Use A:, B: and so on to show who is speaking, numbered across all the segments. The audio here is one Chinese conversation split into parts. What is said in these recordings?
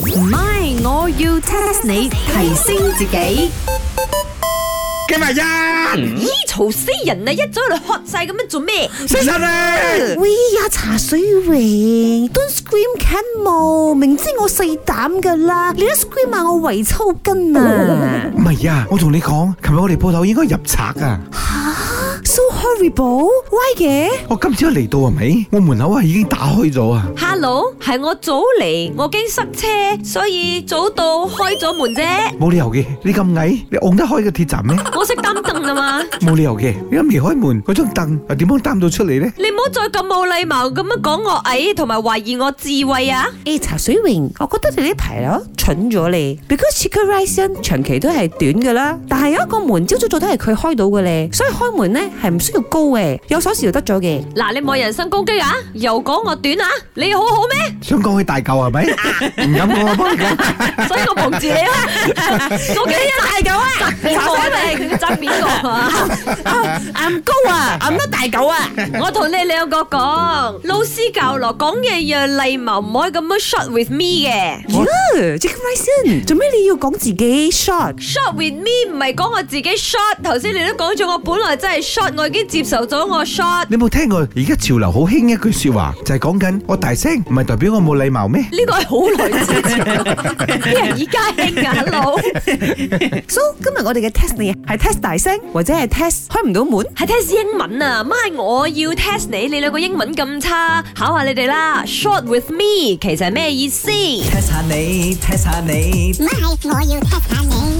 A: 唔係，我要 test 你提升自己。
B: 今日一
C: 咦，嘈死人啊！一早喺度喝晒咁樣做咩？
B: 先生咧，
D: 喂呀，茶水榮，Don't scream can 冇，明知我細膽噶啦，你一 scream 啊，我圍抽筋 啊
B: 唔係啊，我同你講，琴日我哋鋪頭應該入賊啊！
D: ，so horrible，why 嘅？
B: 我今朝一嚟到係咪？我門口啊已經打開咗啊！
C: Hello，係我早嚟，我驚塞車，所以早到開咗門啫。
B: 冇理由嘅，你咁矮，你按得開個鐵閘咩？
C: 我識擔凳啊嘛，
B: 冇理由嘅，你一未開門，嗰張凳又點樣擔到出嚟呢？
C: 你唔好再咁冇禮貌咁樣講我矮，同埋懷疑我智慧啊！
D: 誒，茶水榮，我覺得你呢排咯蠢咗你，because chicken rice in 長期都係短噶啦，但係有一個門朝早做都係佢開到嘅咧，所以開門咧係唔需要高嘅，有鎖匙就得咗嘅。
C: 嗱，你冇人身攻擊啊，又講我短啊，你好好咩？
B: 想講佢大嚿係咪？唔敢講，我幫你講。
C: 所以我捧住你 啦，我幾大狗啊，側邊我啊定側邊我 啊！
D: I'm 高啊，I'm 得大狗啊。
C: 我同你兩個講，老師教落講嘢要禮貌，唔可以咁樣 short with me 嘅。
D: Yeah，chicken rice in，做咩你要講自己 short？
C: short with me 唔係講我自己 short，頭先你都講咗我本來真係 short，我已經接受咗我 short。
B: 你有冇聽過而家潮流好興一句说話，就係講緊我大聲唔係代表我冇禮貌咩？
C: 呢個係好耐之前啦，啲人而家興噶，老
D: So 今日我哋嘅 test 你係 test 大聲，或者係 test 開唔到門。
C: 係 test à. 英文啊，媽我要 test 你，你兩個英文咁差，考下你哋啦。short with me 其實係咩意思？
E: test 下你，test 下你
F: Life 我要 test 下你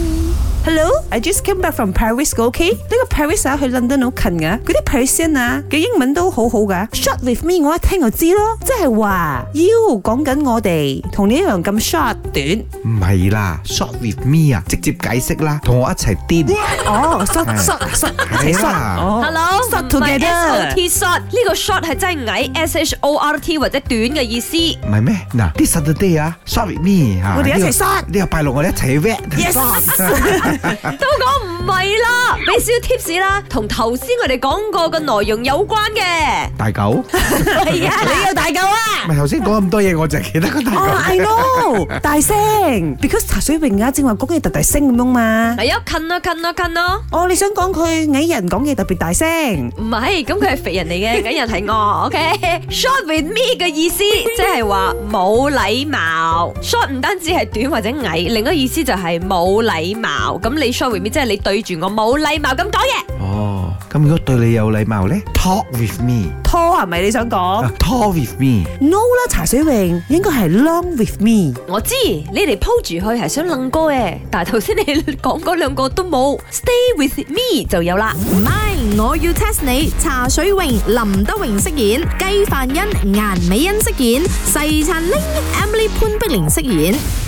D: Hello，I just came back from Paris 嘅 OK，呢個 Paris 啊去 London 好近噶，嗰啲 Parisian 啊嘅英文都好好噶。Short with me 我一聽就知咯，即係話要講緊我哋同你一樣咁 short 短。
B: 唔係啦，short with me 啊，直接解釋啦，同我一齊癲。
D: 哦，short short short 一齊
B: 係
D: short
B: 啊。
D: 哦
C: Hello，
D: Ờ, short
C: 唔係 S O
D: together。
C: T short 呢個 short 係真係矮 S H O R T 或者短嘅意思。
B: 唔係咩？嗱，啲 Saturday 啊，short with me 啊，
D: 我哋一齊
B: 呢個
D: short
B: 呢個拜六我哋一齊去 wet short。
D: À.
C: 都講唔係啦，俾少 tips 啦，同頭先我哋講過嘅內容有關嘅。
B: 大狗，
C: 係啊，你又大嚿啊！
B: 咪頭先講咁多嘢，我就係記得個大
D: 哦
B: 狗。
D: Oh, ，I know，大聲，because 茶水榮啊，正話講嘢特大聲咁樣嘛。
C: 係啊，近啊近啊近啊！
D: 哦，你想講佢矮人講嘢特別大聲？
C: 唔係，咁佢係肥人嚟嘅，梗人係我。OK，short、with me 嘅意思即係話冇禮貌。short 唔單止係短或者矮，另一個意思就係冇禮貌。咁你 short with me 即係你對住我冇禮貌咁講嘢。
B: 哦，咁如果對你有禮貌咧，talk with me，talk
D: 拖係咪你想講
B: with me。
D: ？No 啦，茶水榮應該係 long with me。
C: 我知你哋鋪住去係想楞歌嘅，但係頭先你 講嗰兩個都冇，stay with me 就有啦。
A: 唔係，我要 test 你。茶水榮、林德榮飾演，雞凡欣、顏美欣飾演，細陳玲、Emily 潘碧玲飾演。